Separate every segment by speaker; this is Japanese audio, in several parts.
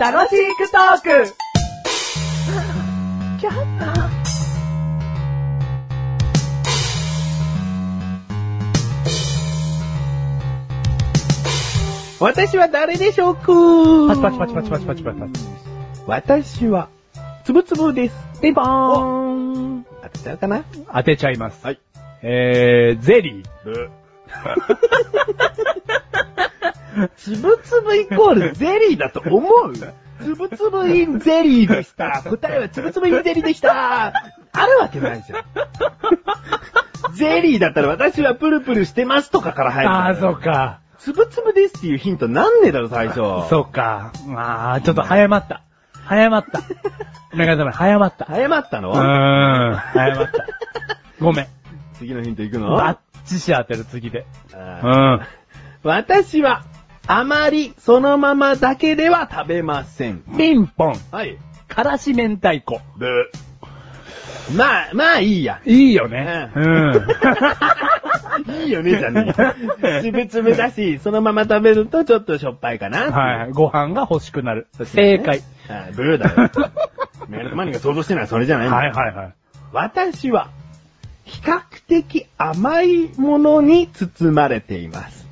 Speaker 1: 楽しくトーク
Speaker 2: 私は誰でしょうか
Speaker 3: パチパチパチパチパチパチパチパチ。
Speaker 2: 私は、つぶつぶです。
Speaker 3: ピンポーン
Speaker 2: 当てちゃうかな
Speaker 3: 当てちゃいます。
Speaker 4: はい。
Speaker 3: えー、ゼリー。
Speaker 4: ブ
Speaker 2: つぶつぶイコールゼリーだと思う つぶつぶインゼリーでした。答えはつぶつぶインゼリーでした。あるわけないじゃ ん。ゼリーだったら私はプルプルしてますとかから入る。
Speaker 3: あー、そうか。
Speaker 2: つぶつぶですっていうヒントなんねえだろ、最初。
Speaker 3: そうか。まあ、ちょっと早まった。早まった。中田め、早まった。
Speaker 2: 早まったの
Speaker 3: うーん、早まった。ごめん。
Speaker 2: 次のヒントいくの
Speaker 3: バッチシ当てる次で。
Speaker 2: あー
Speaker 3: うん。
Speaker 2: 私は、あまりそのままだけでは食べません。
Speaker 3: ピンポン。
Speaker 2: はい。
Speaker 3: からし明太子。
Speaker 4: ブ
Speaker 2: まあ、まあいいや。
Speaker 3: いいよね。
Speaker 2: う
Speaker 3: うん。
Speaker 2: いいよね、じゃねえよ。つぶつぶだ し、そのまま食べるとちょっとしょっぱいかな。。
Speaker 3: はいい。ご飯が欲しくなる。正解。
Speaker 2: あブーだよ。
Speaker 4: メガネマニが想像してないそれじゃない。
Speaker 3: はいいはいはい。
Speaker 2: 私は、比較的甘いものに包まれています。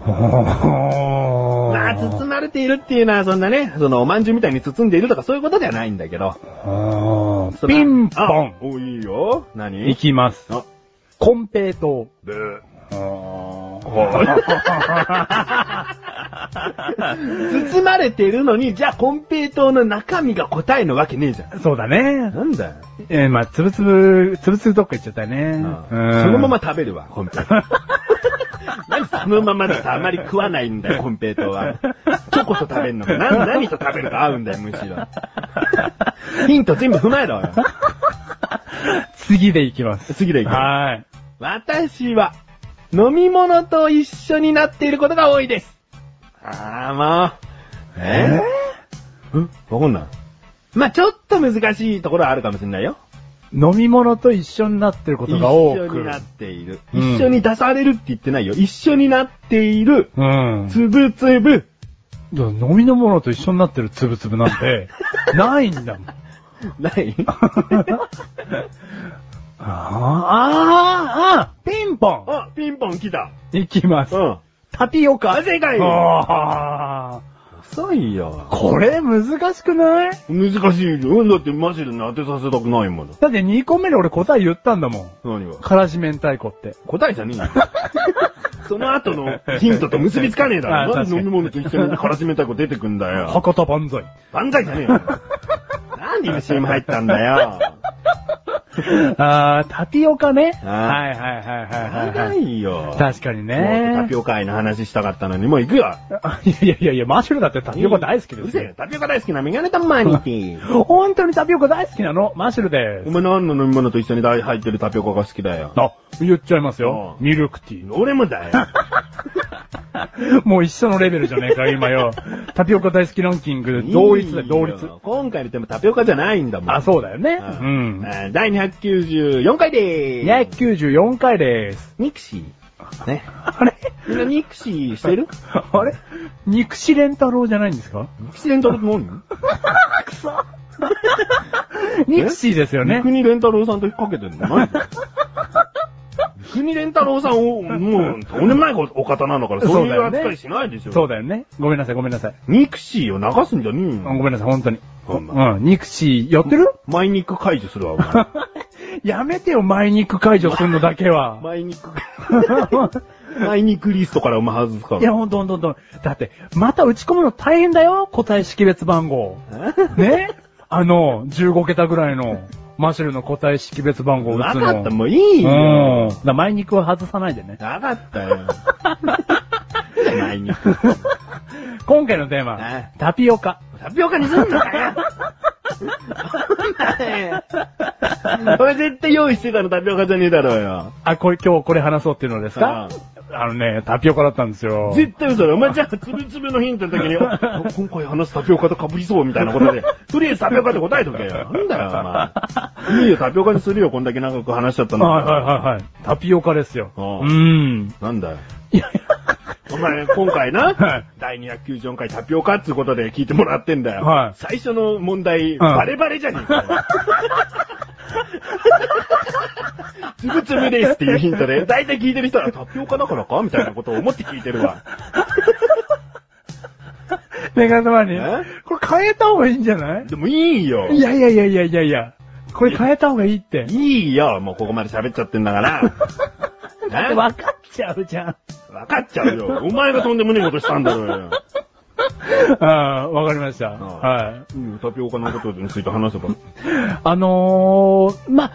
Speaker 3: ほ
Speaker 2: まあ、包まれているっていうのは、そんなね、そのおまんじゅうみたいに包んでいるとかそういうことではないんだけど。その
Speaker 3: ピンポン
Speaker 2: あ。お、いいよ。
Speaker 3: い
Speaker 2: 何
Speaker 3: きます
Speaker 4: あ。
Speaker 3: コンペイト
Speaker 4: ブ
Speaker 3: ウ。
Speaker 2: 包まれているのに、じゃあ、コンペイトーの中身が答えのわけねえじゃん。
Speaker 3: そうだね。
Speaker 2: なんだよ。
Speaker 3: えー、まあ、つぶつぶ、つぶつぶどっか行っちゃったね。
Speaker 2: ああ
Speaker 3: うん
Speaker 2: そのまま食べるわ、コン ペイトー。何そのままだとあまり食わないんだよ、コンペイトーは。チョコと食べるのか。な何と食べると合うんだよ、むし ろ。ヒント全部踏まえろよ。
Speaker 3: 次で行きます。
Speaker 2: 次でいく。
Speaker 3: はい。
Speaker 2: 私は、飲み物と一緒になっていることが多いです。ああ、もう。えー、んわかんない。まあちょっと難しいところはあるかもしれないよ。
Speaker 3: 飲み物と一緒になってることが多
Speaker 2: 一緒に
Speaker 3: く
Speaker 2: な。っている。
Speaker 3: うん
Speaker 2: 一緒に出されるって言ってないよ。一緒になっている。
Speaker 3: うん。
Speaker 2: つぶつぶ。
Speaker 3: だ飲みのものと一緒になってるつぶつぶなん て、ないんだもん。 あ
Speaker 2: ない
Speaker 3: あ、ああ、ピンポン
Speaker 2: あ、ピンポン来た。
Speaker 3: いきます。
Speaker 2: うん。タピオカ。正解
Speaker 3: ああ、
Speaker 2: 遅いよ。
Speaker 3: これ難しくない
Speaker 4: 難しいよ。だってマジで当てさせたくないもんだ。
Speaker 3: だって2個目で俺答え言ったんだもん。
Speaker 4: 何が
Speaker 3: からし明太子って。
Speaker 4: 答えじゃねえよ。
Speaker 2: その後の、
Speaker 4: ヒントと結びつかねえだ
Speaker 3: あ
Speaker 4: ろ。
Speaker 3: 確か
Speaker 4: なんで飲
Speaker 3: に
Speaker 4: み物と一緒にからしめたい子出てくんだよ。
Speaker 3: 博多万歳。
Speaker 4: 万歳じゃねえよ。
Speaker 2: なんで今 CM 入ったんだ よ。
Speaker 3: ああ、タピオカね。
Speaker 2: あー
Speaker 3: はいはいはいはいはい
Speaker 2: 長
Speaker 3: はい。
Speaker 2: いよ。
Speaker 3: 確かに
Speaker 2: もっとタ
Speaker 3: ね
Speaker 2: ピ。オカ愛の話したかったのに、もう行くよ。
Speaker 3: いやいやいや、マッシュルだってタピオカ大好き
Speaker 2: う
Speaker 3: で
Speaker 2: る
Speaker 3: す
Speaker 2: せえよ
Speaker 3: よ。
Speaker 2: タピオカ大好きなメガネタマニティ。
Speaker 3: 本当にタピオカ大好きなのマッシュル
Speaker 4: お
Speaker 3: です。
Speaker 4: 前何の飲み物と一緒に入ってるタピオカが好きだよ。
Speaker 3: あ、言っちゃいますよ。
Speaker 4: う
Speaker 3: ミルクティ
Speaker 4: 俺もだよ。
Speaker 3: ー。もう一緒のレベルじゃねえか、今 よ。タピオカ大好きランキング、 同率だよ、同率
Speaker 2: いい。よ今回のテーマタピオカじゃないんだもん。
Speaker 3: あ、そうだよね。う
Speaker 2: うん。
Speaker 3: ん。
Speaker 2: あ第294回でーす。
Speaker 3: 294回です。
Speaker 2: ニクシー。ね。
Speaker 3: あれ
Speaker 2: みんなニクシーして る
Speaker 3: あれ肉子連太郎じゃないんですか
Speaker 2: ニクシーレンタルって何
Speaker 3: 肉子ですよね
Speaker 2: 肉。
Speaker 4: 国連太郎さんと引っ掛けてん の何国連太郎さんを、もう、とんでもないお方なのから、そういう扱いしないでしょ。
Speaker 3: そうだよね。ごめんなさい、ごめんなさい。
Speaker 4: ミクシーを流すんじゃねえ
Speaker 3: ご
Speaker 4: よ。
Speaker 3: めんなさい、本当に。
Speaker 4: ほんま
Speaker 3: うん、肉子、やってる
Speaker 4: マイニック解除するわ、お 前。
Speaker 3: やめてよ、前肉解除するのだ けは。
Speaker 2: マ イニク。
Speaker 4: マイニックリストからお前外すか
Speaker 3: い
Speaker 4: ら。
Speaker 3: や、ほんとほんとほんと。だって、また打ち込むの大変だよ、答え識別 番号。ねあの、15桁ぐらいの、マシュルの答え識別番号を打
Speaker 2: わ
Speaker 3: つの。
Speaker 2: かった、もういいよ。
Speaker 3: うん。だから前肉は外さないでね。
Speaker 2: わかった よ。マイニク。
Speaker 3: 今回のテーマ
Speaker 2: ね、
Speaker 3: タピオカ。
Speaker 2: タピオカにすんのか よお前俺絶対用意してたのタピオカじゃねえだろうよ。
Speaker 3: あ、これ今日これ話そうっていうのですかあのね、タピオカだったんですよ。
Speaker 4: 絶対嘘だよ。お前じゃあ、つぶつぶのヒントの 時に、あ今回話すタピオカと被りそうみたいなことで、とりあえずタピオカって答えとけよ。なんだよ、お 前。いいよ、タピオカにするよ、こんだけ長く話しちゃったの。
Speaker 3: はいはいはいはい。タピオカですよ。
Speaker 4: ああ
Speaker 3: うーん。
Speaker 4: なんだよ。
Speaker 3: いやいや
Speaker 2: お前、今回 な、
Speaker 3: はい
Speaker 2: 第294回タピオカっつうことで聞いてもらってんだよ。
Speaker 3: はい
Speaker 2: 最初の問題、バレバレじゃねえかよ。つぶつぶですっていうヒント で、だいたい聞いてる人はタピオカだからかみたいなことを思って聞いてるわ。
Speaker 3: メガネマに
Speaker 2: え。
Speaker 3: これ変えた方がいいんじゃない
Speaker 2: でもいいよ。
Speaker 3: いやいやいやいやいやいや。これ変えた方がいいって。
Speaker 2: いいよ。もうここまで喋っちゃってんだ から。ね
Speaker 3: 分かっちゃうじゃん。
Speaker 2: わかっちゃうよ。お前がとんでもねえことしたんだろうよ。
Speaker 3: ああ、わかりました。はい。
Speaker 2: うんタピオカのことについて話せば。
Speaker 3: あのー、ま、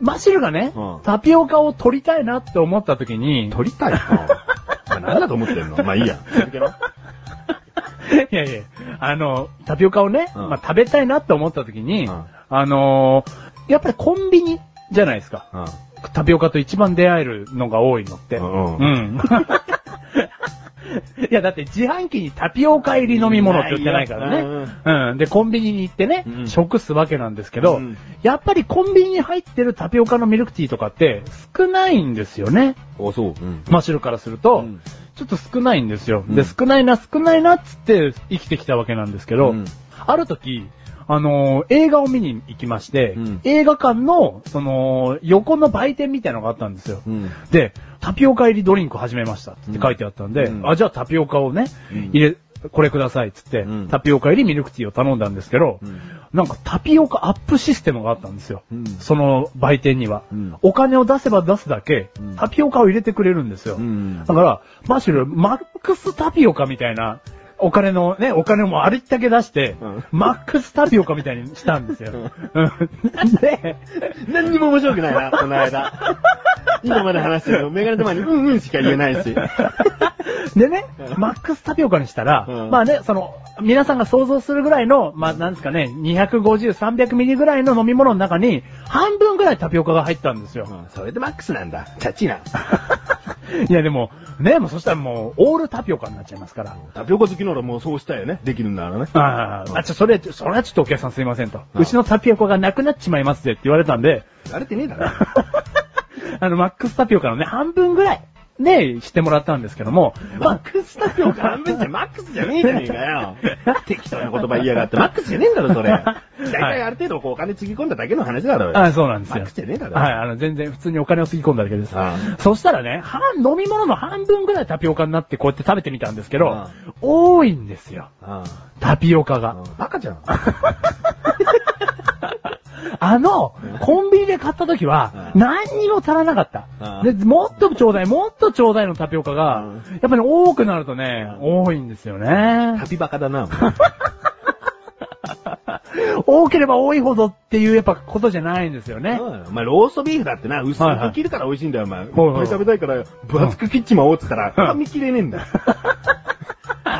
Speaker 3: マシルがね、
Speaker 2: うん
Speaker 3: タピオカを取りたいなって思った時に、
Speaker 2: 撮りたいか。お前何だと思ってんのまあいいや。続 けろ。
Speaker 3: いやいや、あの、タピオカをね、
Speaker 2: うん
Speaker 3: まあ、食べたいなって思った時に、
Speaker 2: うん
Speaker 3: あのー、やっぱりコンビニじゃないですか。タピオカと一番出会えるのが多いのって。
Speaker 2: うん
Speaker 3: う いや、だって自販機にタピオカ入り飲み物って売ってないから
Speaker 2: ないよ
Speaker 3: ね。うん。で、コンビニに行ってね、
Speaker 2: うん
Speaker 3: 食すわけなんですけど、
Speaker 2: うん
Speaker 3: やっぱりコンビニに入ってるタピオカのミルクティーとかって少ないんですよね。
Speaker 2: あ、そう。うん。
Speaker 3: マシュルからすると、
Speaker 2: うん
Speaker 3: ちょっと少ないんですよ。
Speaker 2: うん
Speaker 3: で、少ないな、少ないなっつって生きてきたわけなんですけど、
Speaker 2: うん
Speaker 3: ある時、あのー映画を見に行きまして、
Speaker 2: うん
Speaker 3: 映画館の、その、横の売店みたいのがあったんですよ。
Speaker 2: うん。
Speaker 3: で、タピオカ入りドリンク始めましたって書いてあったんで、
Speaker 2: うん
Speaker 3: あ、じゃあタピオカをね、
Speaker 2: うん
Speaker 3: 入れ、これくださいっつって、
Speaker 2: うん
Speaker 3: タピオカ入りミルクティーを頼んだんですけど、
Speaker 2: うん
Speaker 3: なんかタピオカアップシステムがあったんですよ。
Speaker 2: うん
Speaker 3: その売店には、
Speaker 2: うん
Speaker 3: お金を出せば出すだけ、
Speaker 2: うん
Speaker 3: タピオカを入れてくれるんですよ。
Speaker 2: うん
Speaker 3: だから、マシュル、マックスタピオカみたいな、お金のね、お金もありったけ出して、
Speaker 2: うん
Speaker 3: マックスタピオカみたいにしたんですよ。うん、で、
Speaker 2: 何にも面白くないな、この間。今まで話してるの、メガネ玉にうんうんしか言えないし。
Speaker 3: でね、マックスタピオカにしたら、
Speaker 2: うん
Speaker 3: まあね、その、皆さんが想像するぐらいの、まあなんですかね、250、300ミリぐらいの飲み物の中に、半分ぐらいタピオカが入ったんですよ。
Speaker 2: それでマックスなんだ。チャチな。
Speaker 3: いやでも、ね、もうそしたらもう、オールタピオカになっちゃいますから。
Speaker 2: タピオカ好きならもうそうしたよね。できるんだからね。
Speaker 3: ああ、あ、ちょ、それ、それはちょっとお客さんすいませんと。
Speaker 2: うん
Speaker 3: うちのタピオカがなくなっちまいますぜって言われたんで、
Speaker 2: 慣れてねえだろ。
Speaker 3: あの、マックスタピオカのね、半分ぐらい、ね、してもらったんですけども、
Speaker 2: マックスタピオカ半分じゃマックスじゃねえじゃねえかよ。適当な言葉言いやがって、マックスじゃねえんだろ、それ。大体ある程度こうお金つぎ込んだだけの話だろ。
Speaker 3: ああ、そうなんですよ。
Speaker 2: マックスじゃねえだろ
Speaker 3: はい、あの、全然普通にお金をつぎ込んだだけです。
Speaker 2: あ
Speaker 3: そしたらね、半、飲み物の半分ぐらいタピオカになってこうやって食べてみたんですけど、
Speaker 2: あ
Speaker 3: 多いんですよ。
Speaker 2: あ
Speaker 3: タピオカが。
Speaker 2: あバカじゃん。
Speaker 3: あの、コンビニで買った時は、
Speaker 2: うん
Speaker 3: 何にも足らなかっ
Speaker 2: う
Speaker 3: た。
Speaker 2: ん
Speaker 3: で、もっとちょうだい、もっとちょうだいのタピオカが
Speaker 2: うん、
Speaker 3: やっぱり多くなるとね、多いんですよね
Speaker 2: ハ。ピバカだな。お前
Speaker 3: 多ければ多いほどっていうやっぱことじゃないんですよね。
Speaker 2: お前、ローストビーフだってな、薄
Speaker 3: はいはい
Speaker 2: く切るから美味しいんだよ、お前。いっ
Speaker 3: はい
Speaker 2: ぱい食べたいから、分厚く切っちまおうって言ったら、噛み切れねえんだよ。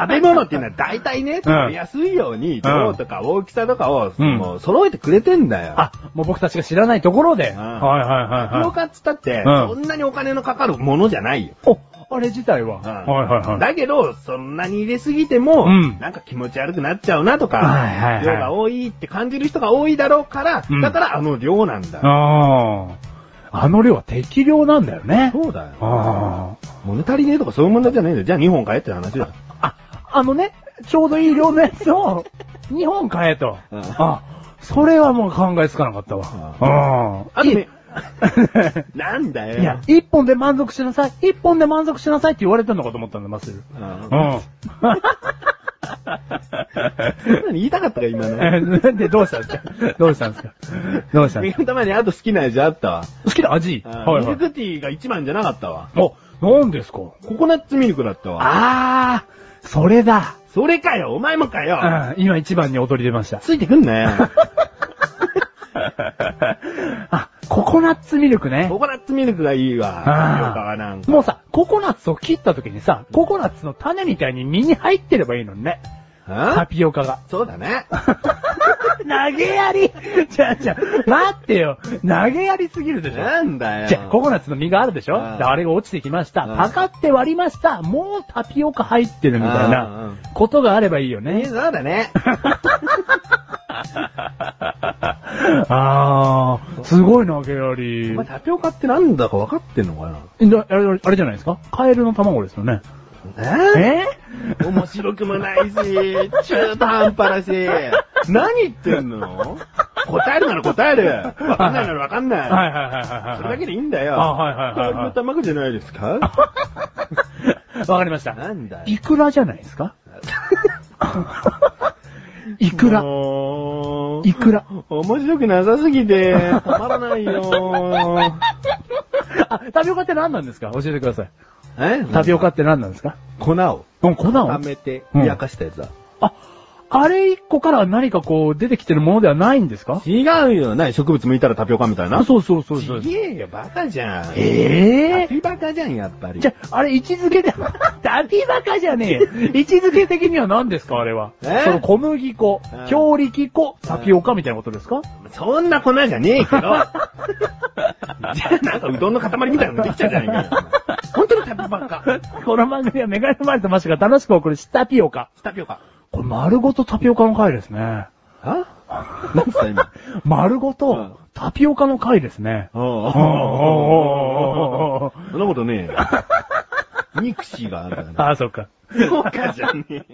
Speaker 2: 食べ物っていうのは大体ね、食べやすいように、量とか大きさとかを、
Speaker 3: うん
Speaker 2: もう揃えてくれてんだよ。
Speaker 3: あ、もう僕たちが知らないところで。はい
Speaker 2: ん
Speaker 3: はいはい
Speaker 2: タピオ
Speaker 3: はい。
Speaker 2: カっつったって、
Speaker 3: うん
Speaker 2: そんなにお金のかかるものじゃないよ。
Speaker 3: お、あれ自体は。
Speaker 2: うん
Speaker 3: はいはいはい。
Speaker 2: だけど、そんなに入れすぎても、
Speaker 3: うん
Speaker 2: なんか気持ち悪くなっちゃうなとか、
Speaker 3: はいはいはい
Speaker 2: 量が多いって感じる人が多いだろうから、
Speaker 3: うん
Speaker 2: だからあの量なんだ。
Speaker 3: ああ。あの量は適量なんだよね。
Speaker 2: そうだよ。
Speaker 3: ああ。
Speaker 2: 物足りねえとかそういう問題じゃねえんだよ。じゃあ2本買えって話だよ。
Speaker 3: あ、あのね、ちょうどいい量のや つを、2本買えと。
Speaker 2: うん
Speaker 3: あ、それはもう考えつかなかったわ。
Speaker 2: あとね、
Speaker 3: う
Speaker 2: なんだよ。
Speaker 3: ん。いや、1本で満足しなさい、1本で満足しなさいって言われたのかと思ったんだ、マッスル。
Speaker 2: うん、
Speaker 3: う
Speaker 2: 何
Speaker 3: ん。
Speaker 2: 言いたかったか今の。
Speaker 3: えで、どうしたんです かどうしたんですかどうしたんで
Speaker 2: 右
Speaker 3: すか
Speaker 2: の玉にあと好きな味あったわ。
Speaker 3: 好きな味
Speaker 2: うん
Speaker 3: はい
Speaker 2: ミ
Speaker 3: は
Speaker 2: ル
Speaker 3: い。
Speaker 2: クティーが一番じゃなかったわ。
Speaker 3: お、何ですか
Speaker 2: ココナッツミルクだったわ。
Speaker 3: あー、それだ。
Speaker 2: それかよ、お前もかよ。
Speaker 3: うん、今一番に踊り出ま した。
Speaker 2: ついてくんなよ。
Speaker 3: あ、ココナッツミルクね
Speaker 2: コ。コナッツミルクがいいわ。
Speaker 3: あー
Speaker 2: タピオカはなんか。
Speaker 3: もうさ、ココナッツを切った時にさ、ココナッツの種みたいに身に入ってればいいのにね。タ
Speaker 2: あ
Speaker 3: ピオカ が。
Speaker 2: そうだね。
Speaker 3: 投げやりじゃあじゃあ、待ってよ。投げやりすぎるでしょ。
Speaker 2: なんだよ。
Speaker 3: じゃあ、ココナッツの実があるでしょ
Speaker 2: うん
Speaker 3: であれが落ちてきました。
Speaker 2: うん
Speaker 3: パカって割りました。もうタピオカ入ってるみたい
Speaker 2: うんう
Speaker 3: なんことがあればいいよ
Speaker 2: えー
Speaker 3: ね。
Speaker 2: そうだね。
Speaker 3: あー、すごい投げやり
Speaker 2: お前。タピオカってなんだか分かってんのかな
Speaker 3: えなあれあれじゃないですかカエルの卵ですよね。
Speaker 2: ね
Speaker 3: え
Speaker 2: え面白くもないし、 中途半端だし、何言ってんの答えるなら答える。わかんないならわかんない。
Speaker 3: はいはいはいはいはい。
Speaker 2: それだけでいいんだよ。
Speaker 3: あはいはいはいはい
Speaker 2: こうう卵じゃないですか
Speaker 3: わかりました。
Speaker 2: なんだよ。
Speaker 3: いくらじゃないで すかいくら、
Speaker 2: もう
Speaker 3: いくら。
Speaker 2: 面白くなさすぎて、たまらない よ。
Speaker 3: あ、タピオカって何なんですか教えてください。
Speaker 2: え
Speaker 3: タピオカって何なんですか
Speaker 2: 粉を
Speaker 3: うん、粉を
Speaker 2: 溜めて、冷やかしたやつだ。
Speaker 3: あ、あれ一個から何かこう出てきてるものではないんですか
Speaker 2: 違うよ。ない植物剥いたらタピオカみたいな。
Speaker 3: あ、そうそうそうそう。
Speaker 2: ちげえよ、バカじゃん。
Speaker 3: え
Speaker 2: タピバカじゃん、やっぱり。
Speaker 3: じゃあ、あれ位置づけで、 タピバカじゃねえよ。位置づけ的には何ですかあれは。
Speaker 2: え
Speaker 3: その小麦粉
Speaker 2: うん、
Speaker 3: 強力粉、タピオカみたいなことですか
Speaker 2: そんな粉じゃねえけど。じゃあなんかうどんの塊みたいなのできちゃうじゃないかよ。本当にタピバカ。
Speaker 3: この番組はメガネマルとマシュが楽しく送るタピオカ。
Speaker 2: タピオカ。
Speaker 3: これ丸ごとタピオカの回ですね。
Speaker 2: あ何した今。
Speaker 3: 丸ごと、
Speaker 2: うん
Speaker 3: タピオカの回ですね。おーおーおーおーおー
Speaker 2: そんなことねえよ。ミクシーがあるからね。
Speaker 3: あー、そっか。
Speaker 2: そうかじゃねえ。